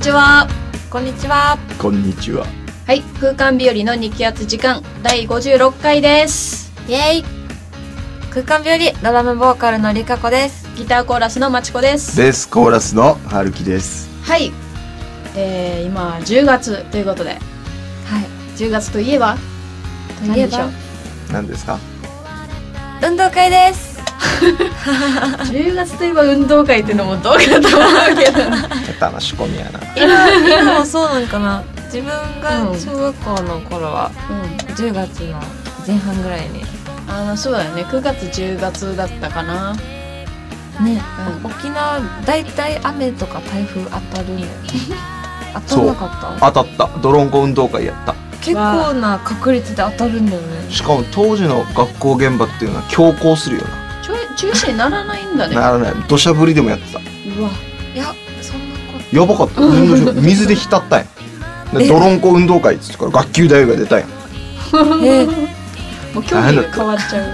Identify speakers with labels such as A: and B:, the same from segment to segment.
A: ちは。
B: こんにちは。
C: こんにちは。
A: はい、空間日和の日気圧時間第56回です。
B: イェイ空間日和ドラムボーカルのりかこです。
A: ギターコーラスのまちこです。
C: です。コーラスの春樹です。
A: はい、えー、今10月ということで、
B: はい。
A: 10月といえば
B: とい
A: 何
B: え
A: でしょ
B: ば
A: う、
C: 何ですか
B: 運動会です。
A: 10月といえば運動会っていうのもどうかと思うけど、
C: 楽しこみやな。
B: 今、今もそうなのかな自分が
A: うん
B: 小学校の頃は、10月の前半ぐらいに。
A: うん、あのそうだよね、9月10月だったかな。
B: ね、
A: うん
B: 沖縄大体雨とか台風当たるんだよね当たんなかった
C: 当たった。ドロンコ運動会やった。
B: 結構な確率で当たるんだよね
C: しかも当時の学校現場っていうのは強行するよ
A: ちょい中止にならないんだ
C: な。
A: ね。
C: ならない。土砂降りでもやってた。
A: うわ、
B: いやそんなこ
C: やばかった。水で浸ったんや で。
B: え
C: ドロンコ運動会っつってから学級大が出たんやん。
B: とえ
A: もう競技が変わっちゃう。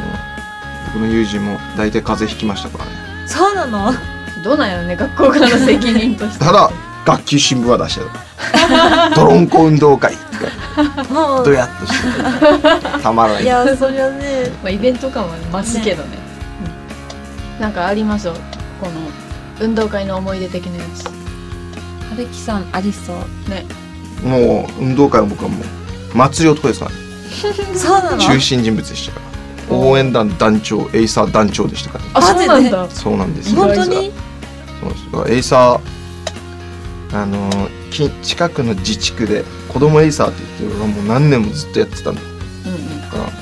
C: 僕の友人も大体風邪ひきましたからね。
B: そうなの
A: どうなんやろね、学校からの責任として。
C: ただ、学級新聞は 出してた。ドロンコ運動会とか、
B: も
C: ド
B: う
C: ヤっとしてた。たまらないい。
B: やそりゃね
A: まあ、イベント感は増すけどねなんかありますよこの運動会の思い出的なやつ
B: 春樹さんありそう
C: もう、運動会は僕はもう、祭り男ですから
B: そうなの
C: 中心人物でしたから応援団団長エイサー団長でしたから、
A: あそうなんだ
C: そうなんですよ
B: 本当に
C: そうですだからエイサーあのーき近くの自治区で子供エイサーって言って俺はもう何年もずっとやってたんだ
A: うん
C: から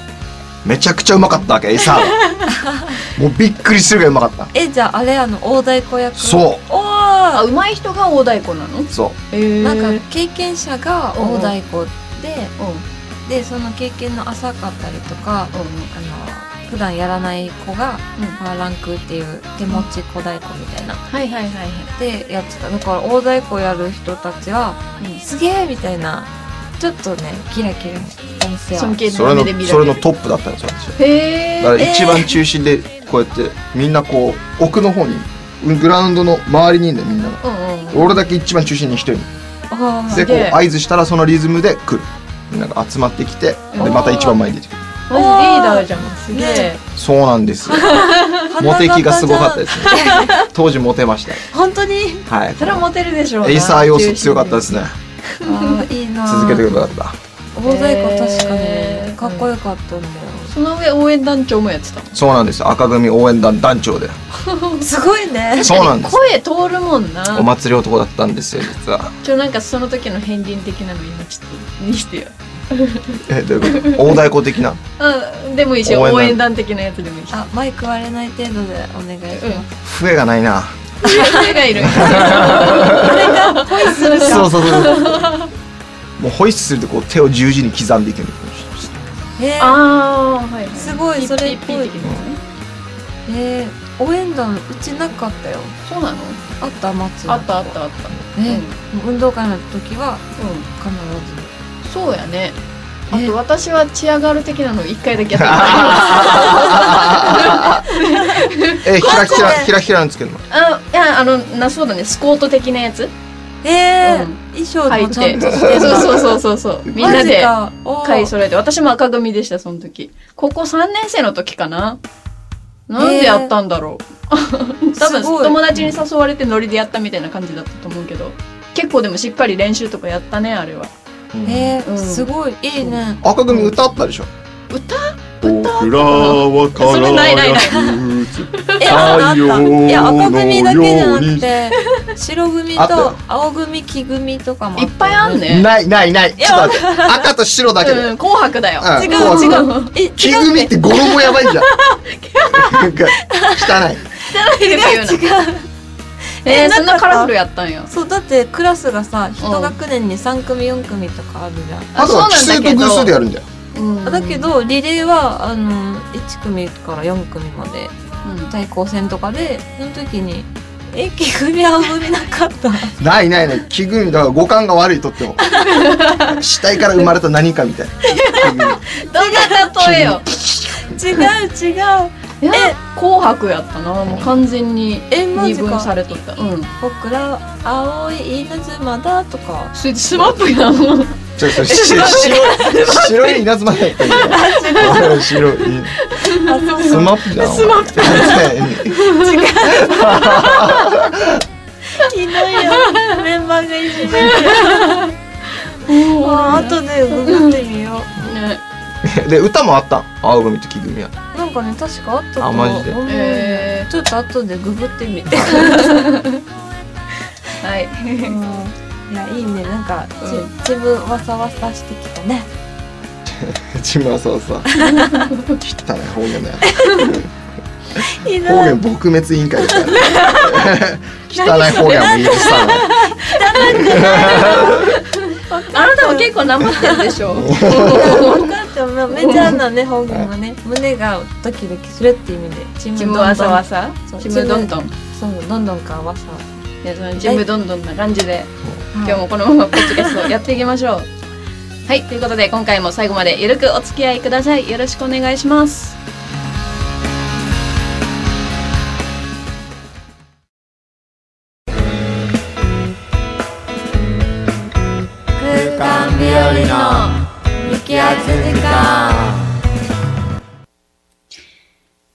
C: めちゃくちゃうまかったわけエイサー がもうびっくりするぐらいうまかった
B: えじゃああれあの大太鼓役
C: そ
B: お
A: あ
B: ー
A: 上手い人が大太鼓なの
C: うそう
A: へえ
B: なんか経験者が大太鼓で
A: うんうん
B: でその経験の浅かったりとかあの普段やらない子が
A: うん
B: パーランクっていう手持ち小太鼓みたいな
A: はいはいはいはい
B: でやってただから大太鼓やる人たちはすげえみたいなちょっとねキラキラしたんですよ
A: 尊敬
C: そ
A: の
C: れ
A: 目で見ら
C: のそ
A: れ
C: れ
A: る
C: のトップだったんですよ私は
A: へ
C: だ
A: え
C: から
B: えー
C: 一番中心でこうやってみんなこう奥の方にグラウンドの周りにいんだよみんなが
A: うんうん
C: 俺だけ一番中心に一人
B: あ
C: で
B: ー
C: こう
A: すげえ
C: 合図したらそのリズムで来るみんなが集まってきてで
A: うん
C: また一番前に出てくる
A: マジリーダーじゃんすげえ
B: ね
C: そうなんですよモテ気がすごかったです ね当時モテまし
B: 本当に
C: たはい
A: それはモテるでしょうな
C: エイサー要素強かったですね
B: あーいいな
C: 続けてくれたかっ
B: 大太鼓確か
A: え
B: に
A: ー
B: かっこよかったんだよ、
A: その上応援団長もやってた
C: たそうなんですよ赤組応援団団長です
B: ごいね
C: そうなんです
A: 声通るもんな
C: お祭り男だったんですよ実は
A: ちょなんかその時の片鱗的なの今ちょっと見してよ
C: えどういうこと大太鼓的な
A: うんでもいいし
C: 応援団
A: 応援団的なやつでもいいし
B: あマイク割れない程度でお願いし
A: うん
B: ます、
C: 笛がないな
A: 声がいる。
B: ポイするじゃん
C: そうそうそうそうもうホイッスルでこう手を十字に刻んでいくみたいな
B: え
A: ああ、
B: ー、
A: はい、はい。
B: すごいそれっぽい
A: ピッピッピッ的なやつね
B: えー、応援団うちなかったよ
A: そうなの。
B: あった松
A: あったあったあった。
B: ね、もう運動会の時は
A: う
B: 必ず
A: ん、そうやね。あ
B: ね
A: と私はチアガール的なの一回だ けやった。
C: えひらひら
B: マジで
C: ひらひらのつけるの
A: あ、いや、あの、な、そうだね、スコート的なやつ。
B: えー
A: うん
B: 衣装
A: 入
B: も
A: っ
B: ちゃ
A: て。
B: んとして
A: そうそうそ
B: う
A: うそうそう。みんなで。買い
B: そ
A: 揃えて、私も赤組でした、その時。高校三年生の時かな。なんでやったんだろ う。多分
B: すごい
A: 友達に誘われてノリでやったみたいな感じだったと思うけど。結構でもしっかり練習とかやったね、あれは。
B: えー
A: うん
B: すごいいいね
C: 赤組歌あったでしょ
A: 歌
C: 僕らは
A: それないないない
C: 輝く
B: えあ
C: 太陽
B: のあ
C: のよう
B: ったい
C: に
B: や赤組だけじゃなくて白組
C: あった
B: と
C: よ
B: 青組黄組とかも
A: いっぱいあん
B: ね
A: ね。
C: ないないないちょっと待って赤と白だけで
A: うん、紅白だよ。
C: うん
A: 違
C: 紅
A: う違
C: 白
A: う。
B: え違う
C: 木組って語呂もやばい じゃんなんか汚い
A: 違う違う。え
B: え
A: ー、そんな
B: なかっ
A: カ
B: た
A: ラフルやったんや。
B: そうだってクラスがさ一学年に3組4組とかあるじゃん
C: あとは奇数と偶数でやるんだよ
A: うん
B: だけ、どリレーはあの1組から4組まで
A: うん
B: 対抗戦とかでその時に「え木組青組なかった」
C: ないないない木組だから五感が悪いとっても死体から生ま れた何かみたいな木組
A: どんな例えよ。
B: 違う違う
A: いや紅白やったなもう完全に
B: えマ
A: 二
B: ジ
A: 分さ
B: か
A: れとったうん
B: 僕ら青い稲妻だとか
A: それスマップやん
C: ちょっと白い白い稲妻だっ た今白い
B: あそう
C: スマップじゃん
A: スマップ
C: プ
B: 昨 日やメンバーがいじめて
A: あ
B: あ後でググってみよう
A: ね
C: で歌もあった青組と木組は
B: なんかね確かあったと
C: あ
B: 思う
C: マジで
B: うん
A: え
B: ちょっと後でググってみて、
A: ー、はい
B: いやいいねなんかち、
A: うん
B: 自分わさわさしてきたね
C: ちむわさわ さ汚い方言だよ
B: いい
C: 方
B: な
C: 言撲滅委員会みたいな 汚い方言も言えてさ
A: あなたも結構なまってるでしょ
B: 分かってもメジャーなね方言はね胸がドキドキするっていう意味 でち
A: ち
B: む
A: む
B: ど
A: わ
B: んど
A: さ
B: ん
A: わさ
B: そう
A: ちむどんどん
B: そうどんどんかわさわ
A: いやそのちむどんどんな感じで
B: 今
A: 今日もこのままポッドキャストをやっていきましょうはいということで今回も最後までゆるくお付き合いくださいよろしくお願いします
B: 空間日和の雪圧時間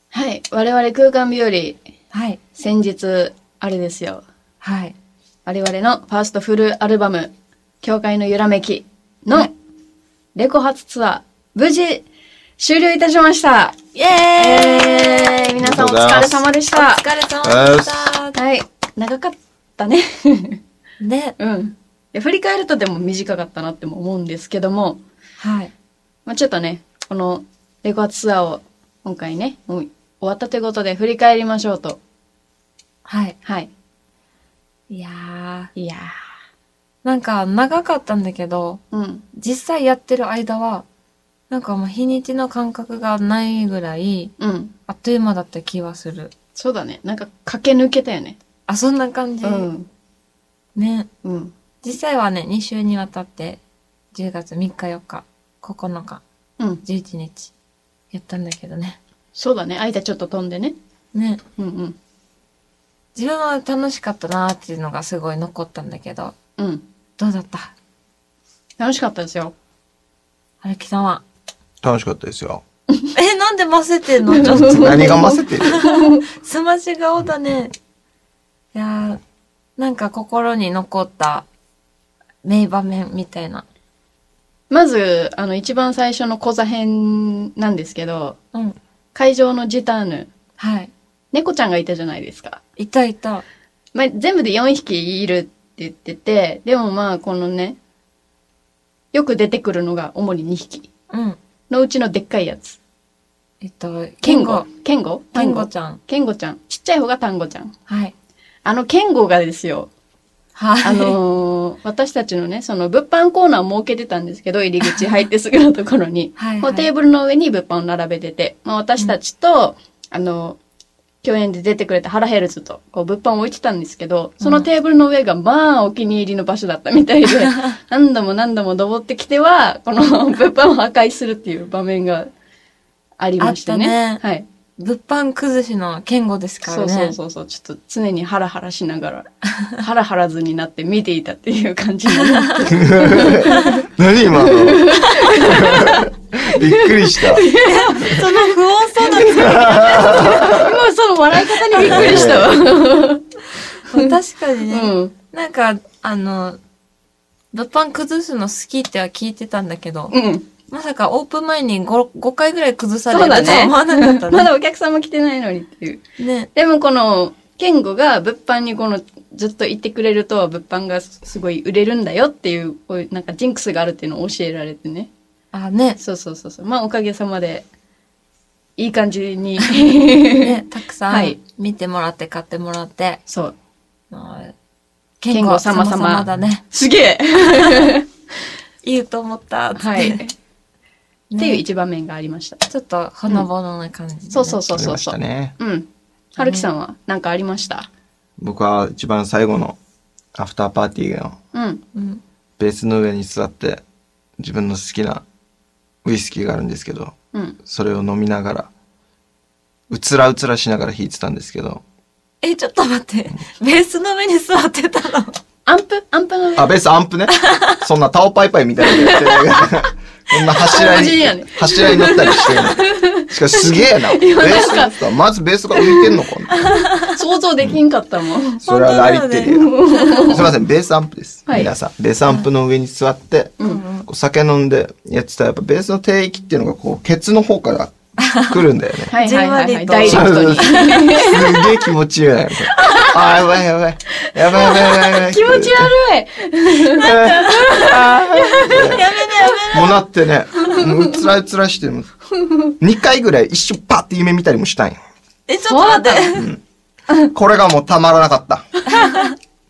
A: はい我々空間日和
B: はい
A: 先日あれですよ
B: はい
A: 我々のファーストフルアルバム「教会のゆらめき」のレコ発ツアー無事終了いたしましたイエーイ皆さんお疲れ様でし
B: お
A: た
B: 疲れ様でした
A: はい長かったね
B: ね
A: うんで振り返るとでも短かったなっても思うんですけども、
B: はい
A: まあ、ちょっとねこのレコ発ツアーを今回ねもう終わったということで振り返りましょうと
B: はい
A: はい
B: いやー
A: いや
B: なんか長かったんだけど
A: ーうん
B: 実際やってる間はなんかもう日にちの感覚がないぐらい
A: うん
B: あっという間だった気はする
A: そうだねなんか駆け抜けたよね
B: あそんな感じ、
A: うん
B: ね
A: うん
B: 実際はね2週にわたって10月3日4日9日
A: うん
B: 11日やったんだけどね
A: そうだね。間ちょっと飛んでね。
B: ね
A: うんうん。
B: 自分は楽しかったなーっていうのがすごい残ったんだけど
A: うん。
B: どうだった
A: 楽しかったですよ。
B: はるきさんは
C: 楽しかったですよ
B: えなんでませてんの ちょっと
C: 何がませてる
B: すまし顔だね。いやー、なんか心に残った名場面みたいな。
A: まず、あの、一番最初の小座編なんですけど、
B: うん。
A: 会場のジターヌ、
B: はい。
A: 猫ちゃんがいたじゃないですか。
B: いたいた。
A: まあ、全部で4匹いるって言ってて、でもまあ、このね、よく出てくるのが主に2匹。
B: うん。
A: のうちのでっかいやつ。
B: えっと、
A: ケンゴ。。ケンゴ
B: ケンゴちゃん。
A: ケンゴちゃん。ちっちゃい方がタンゴちゃん。
B: はい。
A: あの、ケンゴがですよ。
B: はい。。
A: あのー私たちのね、その物販コーナーを設けてたんですけど、入り口入ってすぐのところに
B: はい、
A: こ
B: は
A: う
B: い。
A: テーブルの上に物販を並べてて、まあ、私たちと、あの、共演で出てくれたハラヘルツと、こう物販を置いてたんですけど、そのテーブルの上がまあお気に入りの場所だったみたいで、 何度も何度も登ってきては、 この物販を破壊するっていう場面がありまして
B: あ
A: ね
B: っ。た
A: はい。
B: 物販崩しのケンゴですから
A: そうそ
B: ね。
A: うそうそう、ちょっと常にハラハラしながら、ハラハラずになって見ていたっていう感じの ね。
C: 何今の びっくりし
B: そ
C: た
B: の不穏そうな感
A: 今その笑い方にびっくりしたわ。
B: じ確かにね、
A: うん。
B: なんか、あの、物販崩すの好きっては聞いてたんだけど、
A: うん。
B: まさかオープン前に 5, 5回ぐらい崩され
A: そうだ
B: るとは
A: ね。
B: 思わなかったね。
A: ま だお客さんも来てないのにっていう。
B: ね。
A: でもこの、ケンゴが物販にこの、ずっと行ってくれると、物販がすごい売れるんだよっていう、こういうなんかジンクスがあるっていうのを教えられてね。
B: あ、ね。
A: そうそうそうそう。まあおかげさまで、いい感じに。
B: ね、たくさ
A: は
B: ん
A: い
B: 見てもらって買ってもらって、
A: そう。
B: まあ
A: 健吾様様
B: だね。
A: すげえ
B: いいと思ったっつって、
A: はい。っ
B: ね
A: ていう一場面がありました。
B: ちょっとほのぼのな感じ、ね
A: そうそうそう
C: あり
A: そ
C: ま
A: う
C: し
A: そ
C: た
A: う。
C: ね
A: うん。はるきさんは何かありました
C: 僕は一番最後のアフターパーティーの
A: うん。
B: う。ん。
C: ベースの上に座って自分の好きなウイスキーがあるんですけど
A: うん。
C: それを飲みながらうつらうつらしながら弾いてたんですけど、
B: え、ちょっと待って。ベースの上に座って たの。
A: アンプアンプの上
C: あ、ベースアンプね。そんなタオパイパイみたいなのやってないから。こんな柱
A: 同じや
C: に
A: ね、
C: 柱に乗ったりしてるの。しかしすげえな。ベ
A: や
C: ースだったらまずベースが浮いてんのかな。
A: 想像できんかったもん。
C: それはラリってるよ。
A: う
C: すいません、ベースアンプです。
A: はい
C: 皆さん。ベースアンプの上に座って、
B: うん。
C: こう酒飲んでやってたら、やっぱベースの低域っていうのが、こう、ケツの方から来るんだよね。
A: はいはいはい、はい。
B: じんわ
A: ダイレク
B: りと
A: トに。
C: すげえ気持ちいいよね。これあー、やばいやばい。やばいやばいやばいやばい。
A: 気持ち悪い。
C: あー
B: やめなや
C: もうなってね、もううつらうつらしてます。2回ぐらい一瞬パって夢見たりもしたんよ。
B: めな。え、ちょっと待って。
C: これがもうたまらなかった。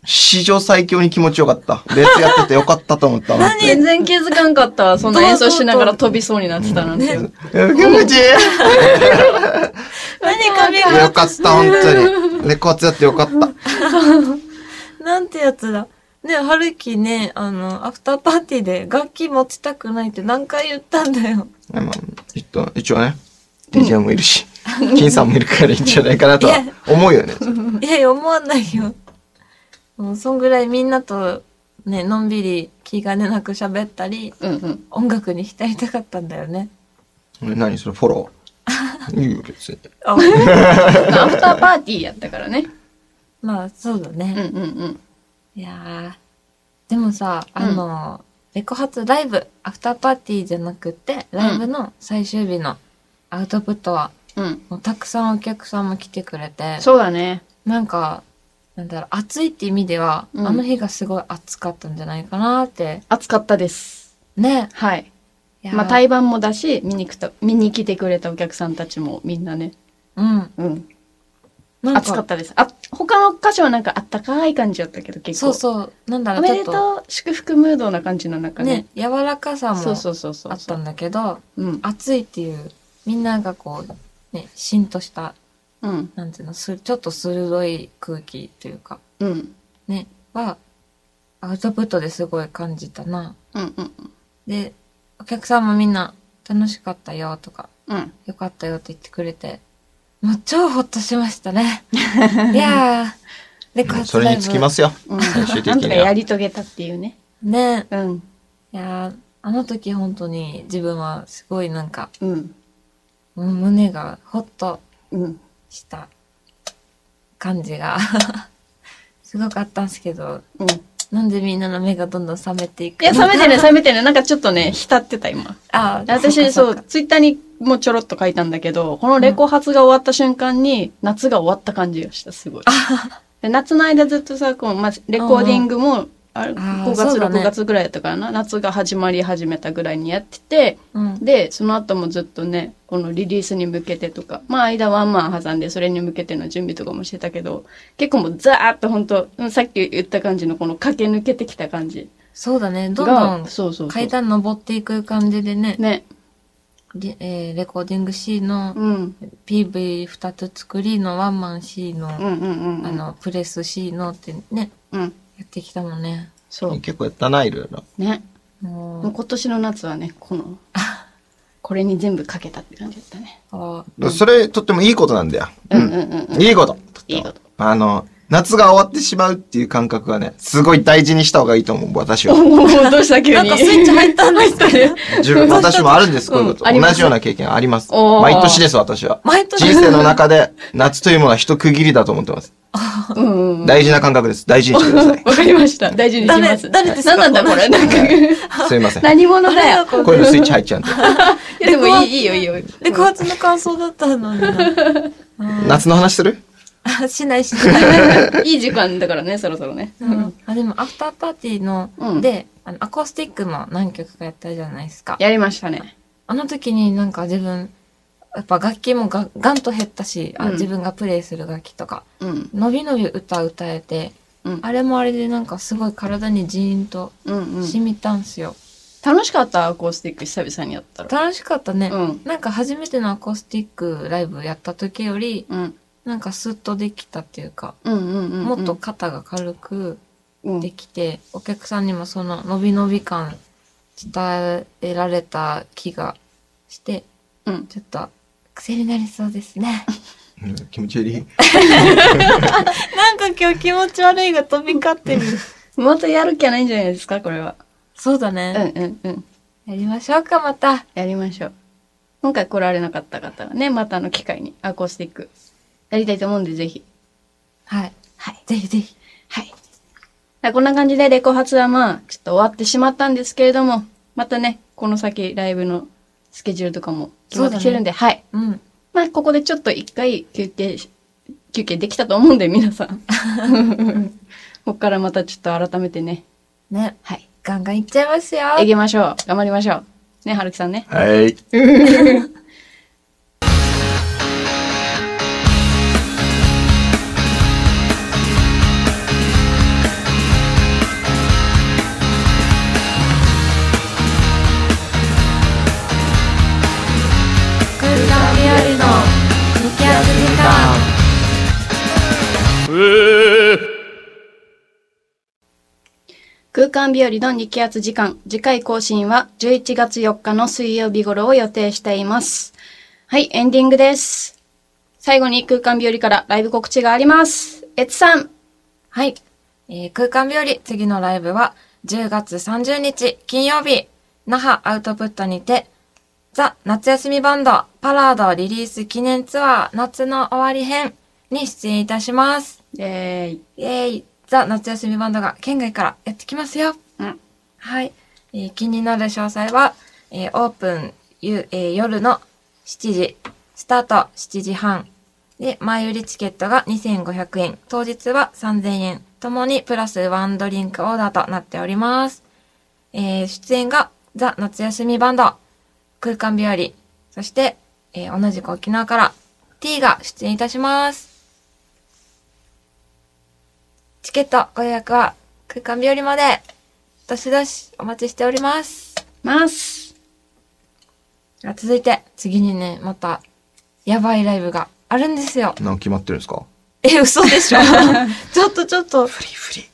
C: 史上最強に気持ちよかった。ベースやっててよかったと思った。本
A: 全然気づかんかったわ。そんな演奏しながら飛びそうになってたなんて。
C: 当にえ気持ちいい
B: 何髪
C: いや
B: が
C: よ。かった、本当に。レコーツやってよかった。
B: なんてやつだ。ね、春樹ね、あの、アフターパーティーで楽器持ちたくないって何回言ったんだよ。
C: あのえっと一応ね、DJ もいるし、金さんもいるからいいんじゃないかなとは思うよね。
B: いやいや、思わないよ。もう、そんぐらいみんなと、ね、のんびり気兼ねなく喋ったり、
A: うんうん。
B: 音楽に浸りたかったんだよね。
C: 俺何それフォロー。いいよ、別に。
B: あ
A: アフターパーティーやったからね。
B: まあ、そうだ
A: うんう
B: ね。
A: んうん。
B: いやーでもさ、あの、レコ発ライブ、アフターパーティーじゃなくて、ライブの最終日のアウトプットは、
A: うん。
B: もうたくさんお客さんも来てくれて、
A: そうだね。
B: なんか、なんだろう、暑いって意味では、
A: うん
B: あの日がすごい暑かったんじゃないかなって。
A: 暑かったです。
B: ね。
A: はい。
B: いやー
A: まあ、対バンもだし、見に来た、見に来てくれたお客さんたちもみんなね。
B: うん。
A: うん。
B: なん
A: 暑かったです。あ、他の歌詞はなんかあったかい感じだったけど、結
B: そ
A: 構。
B: うそう。なんだろ
A: お
B: う、
A: め
B: ちょ
A: で
B: っと、
A: とう、祝福ムードな感じの中ね
B: ね。、柔らかさも
A: そうそうそうそう。
B: あったんだけど、
A: うん。
B: 暑いっていう、みんながこう、ね、しんとした、
A: うん。
B: なんていうの、すちょっと鋭い空気というか、
A: うん。
B: ね、は、アウトプットですごい感じたな。
A: うんうん
B: で、お客さんもみんな、楽しかったよとか、
A: うん。
B: よかったよって言ってくれて、もう超ほっとしまし たね。いやー、レコ発
C: そ
B: ライ
C: れに
B: ブ
C: つきますよ。
A: うん。
C: 最終的
A: なんとか
C: に
A: や
C: は。
A: り遂げたっていうね。
B: ね。
A: うん。
B: いやー、あの時本当に自分はすごいなんか、
A: うん。
B: うん胸がホッと
A: うん。
B: した感じが すごかったんですけど、
A: うん。
B: なんでみんなの目がどんどん覚めていく
A: いや、冷めてる、冷めてる。なんかちょっとね、浸ってた、今。
B: あー
A: 私、そ
B: っか
A: う、ツイッターにもちょろっと書いたんだけど、このレコ発が終わった瞬間に、夏が終わった感じがした、すごい。で夏の間ずっとさ、こう、まあ、レコーディングも、あれ、
B: あー
A: 5
B: そ
A: 月、
B: うだね
A: 6月ぐらいだったからな、夏が始まり始めたぐらいにやってて、
B: そっかうん。
A: で、その後もずっとね、このリリースに向けてとか、まあ間ワンマン挟んで、それに向けての準備とかもしてたけど、結構もうザーッとほんと、うんさっき言った感じのこの駆け抜けてきた感じ
B: そうだね、
A: が、
B: どんどん
A: そうそうそう
B: 階段登っていく感じでね、
A: ね、
B: リえーレコーディング C の
A: うん、
B: PV2 つ作りのワンマン C の、
A: うんうんうんうん。
B: あの、プレス C のってね、
A: うん。
B: やってきたもんね。
A: そう。
C: 結構やったな、いろいろ。
A: ね。
B: も
A: もう
B: う
A: 今年の夏はね、こ の、これに全部かけたって感じだったね。
B: あ
C: それ、とってもいいことなんだよ。
A: うんうんうんうん。
C: いいこと。
A: いいこと。
C: あの、夏が終わってしまうっていう感覚はね、すごい大事にした方がいいと思う、私は。
A: おーどうした急に。
B: なんかスイッチ入ったんだ
A: 入った ね。
C: 自分、私もあるんです、こういうこ
A: うんあ
C: と。
A: ります
C: 同じような経験あります。
A: おー
C: 毎年です、私は。
B: 毎年
C: 人生の中で、夏というものは一区切りだと思ってま
A: う
C: す。
A: んうんうん。
C: 大事な感覚です。大事にしてくださ
A: わかりました。大事にします。
B: 誰誰ですか
A: 何なんだこれ。なんか、
C: い。すいません。
A: 何者だ
B: 誰
A: よ
B: が。 こ
C: こういう
B: れ
C: のスイッチ入っち ゃうんで。
A: いやでもいいいいよいいよ。
B: レコ発の感想だったのに な。
C: 夏の話する
B: あ、しないしない。
A: いい時間だからね、そろそろね。
B: うんあでも、アフターパーティーの、
A: うん
B: で、あの、アコースティックも何曲かやったじゃないですか。
A: やりましたね。
B: あの時になんか自分、やっぱ楽器もがガンと減ったし、あ
A: うん
B: 自分がプレイする楽器とか、
A: うん。
B: のびのび歌歌えて、
A: うん
B: あれもあれでなんかすごい体にジーンと
A: うんうん。
B: 染みたんすよ。
A: 楽しかった、アコースティック久々にやったら。
B: 楽しかったね。
A: うん。
B: なんか初めてのアコースティックライブやった時より、
A: うん。
B: なんかスッとできたっていうか、
A: うんうんうん。
B: もっと肩が軽く
A: うん、
B: できて、お客さんにもその伸び伸び感伝えられた気がして、
A: うん
B: ちょっと癖になりそうで すね。
C: うん気持ち悪い。
B: なんか今日気持ち悪いが飛び交ってる。
A: もっとやる気はないんじゃないですか、これは。
B: そうだ
A: う
B: ね
A: ん。うんうん。
B: やりましょうか、また。
A: やりましょう。今回来られなかった方はね、またの機会にアコースティックやりたいと思うんで、ぜひ。
B: はい。
A: はい。
B: ぜひぜひ。
A: はい。こんな感じでレコ発はまあ、ちょっと終わってしまったんですけれども、またね、この先ライブのスケジュールとかも決まってきてるんで、はい。
B: うん。
A: まあ、ここでちょっと一回休憩し、休憩できたと思うんで、皆さん。 ここからまたちょっと改めてね、
B: ね。
A: はい。
B: ガンガンいっちゃいますよ。
A: いきましょう。頑張りましょう。ね、はるきさんね。
C: はい。
B: 空間日和の激アツ時間。
A: 空間日和の2気圧時間。次回更新は11月4日の水曜日頃を予定しています。はい、エンディングです。最後に空間日和からライブ告知があります。えつさん。
B: はい。えー空間日和、次のライブは、10月30日金曜日、那覇アウトプットにて、ザ・夏休みバンド、パラードリリース記念ツアー、夏の終わり編に出演いたします。
A: えーい。
B: イェーイザ・夏休みバンドが県外からやってきますよ。
A: うん。
B: はい。えー気になる詳細は、えーオープン、ゆえー夜の7時、スタート7時半。で、前売りチケットが2500円、当日は3000円、ともにプラスワンドリンクオーダーとなっております。えー出演が、ザ・夏休みバンド、空間日和、そして、えー同じく沖縄から T が出演いたします。チケットご予約は空間日和まで、どしどしお待ちしております。
A: ます。
B: では続いて、次にね、また、やばいライブがあるんですよ。
C: なんか決まってるんですか
B: え、嘘でしょちょっとちょっと。
C: フリフリ。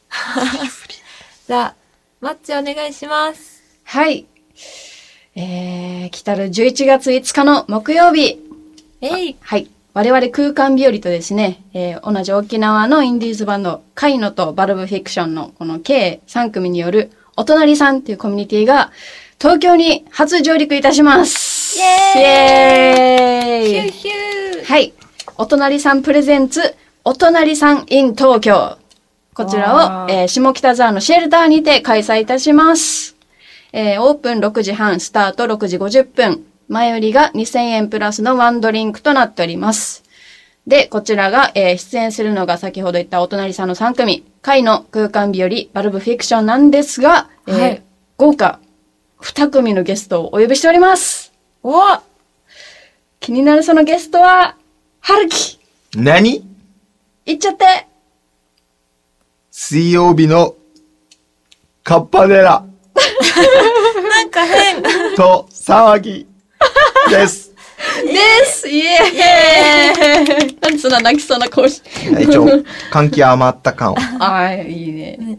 B: じゃあ、マッチお願いします。
A: はい。えー、来たる11月5日の木曜日。
B: えい。
A: はい。我々空間日和とですね、えー同じ沖縄のインディーズバンド、カイノとバルブフィクションのこの計3組によるお隣さんっていうコミュニティが東京に初上陸いたします。
B: イ
A: イエー
B: エヒュー
A: イ
B: ヒュー。
A: はい。お隣さんプレゼンツ、お隣さん in 東京。こちら
B: わ
A: を、
B: ー
A: えー下北沢のシェルターにて開催いたします。えーオープン6時半、スタート6時50分。前売りが2000円プラスのワンドリンクとなっております。で、こちらが、えー出演するのが先ほど言ったお隣さんの3組、会の空間日和、バルブフィクションなんですが、えー
B: はい
A: 豪華2組のゲストをお呼びしております。
B: お
A: 気になるそのゲストは、はるき
C: 何
A: 行っちゃって
C: 水曜日のカッパネラ
B: なんか変。
C: と騒ぎです。
A: ですイエーイなんでそんな泣きそうな顔し
C: 一応、換気余った感を。
A: ああ、いいね。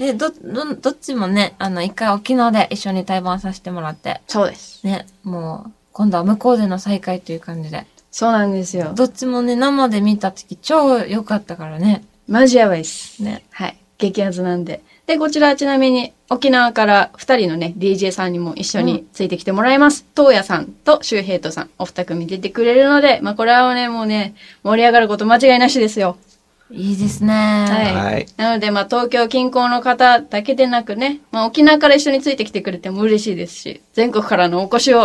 B: ね、ど、ど、どっちもね、あの、一回沖縄で一緒に対バンさせてもらって、
A: そうです。
B: ね、もう、今度は向こうでの再会という感じで。
A: そうなんですよ。
B: どっちもね、生で見た時超良かったからね。
A: マジやばいっす。
B: ね。
A: はい。激アツなんで。で、こちらちなみに沖縄から2人のね、DJ さんにも一緒についてきてもらいます。東野さんと周平斗さん、お二組出てくれるので、まあこれはね、もうね、盛り上がること間違いなしですよ。
B: いいですね。
A: はい
C: はい。
A: なので、まあ東京近郊の方だけでなくね、まあ沖縄から一緒についてきてくれても嬉しいですし、全国からのお越しを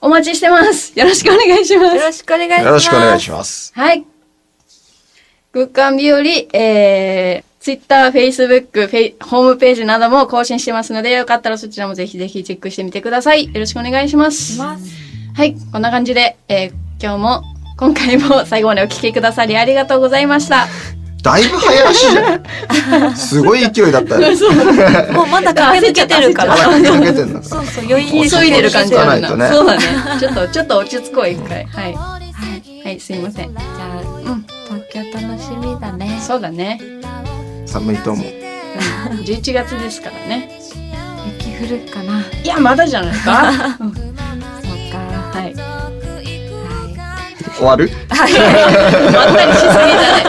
A: お待ちしてます。よろしくお願いします
B: よ。ろしくお願いします。
C: よろしくお願いします。
A: はい。空間日和、えー、Twitter、Facebook、フェイホームページなども更新してますので、よかったらそちらもぜひぜひチェックしてみてください。よろしくお願いします。
B: ます。
A: はい、こんな感じで、えー、今日も、今回も 最後までお聞きくださりありがとうございま した。
C: だいぶ早足じゃん。すごい勢いだったよ。
B: もうまだ駆け抜けてるか
C: まだ
B: ら。
C: かけてんだ。
B: そうそう、余韻
A: 急いでる感じある
C: 落
A: な。
C: ち着かないとね
A: そうだね。ちょっと、ちょっと落ち着こう、一回。はい。
B: はい。
A: はい、すいません。
B: じゃあ、
A: うん、
B: 東京楽しみだね。
A: そうだね。
C: 寒いと思う。
A: うん11月ですからね。
B: 雪降るかな。もう
A: いや、まだじゃないですか。
B: 一回。
A: はい。
B: はい。
C: 終わる
A: まったりしすぎじゃない。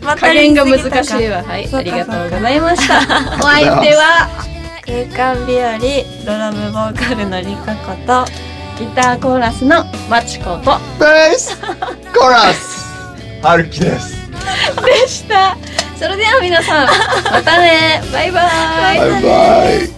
B: ま
A: 加減が難しいわ。はい、
B: そ
A: あ
B: う
A: り
B: か
A: がとうございました。お相手は、
B: 空間日和ドラムボーカルのりかこと
A: ギターコーラスのマチコと、
C: ベースコーラス歩きです
A: でした。それでは皆さん、またね。バイバイ。
C: バイバイ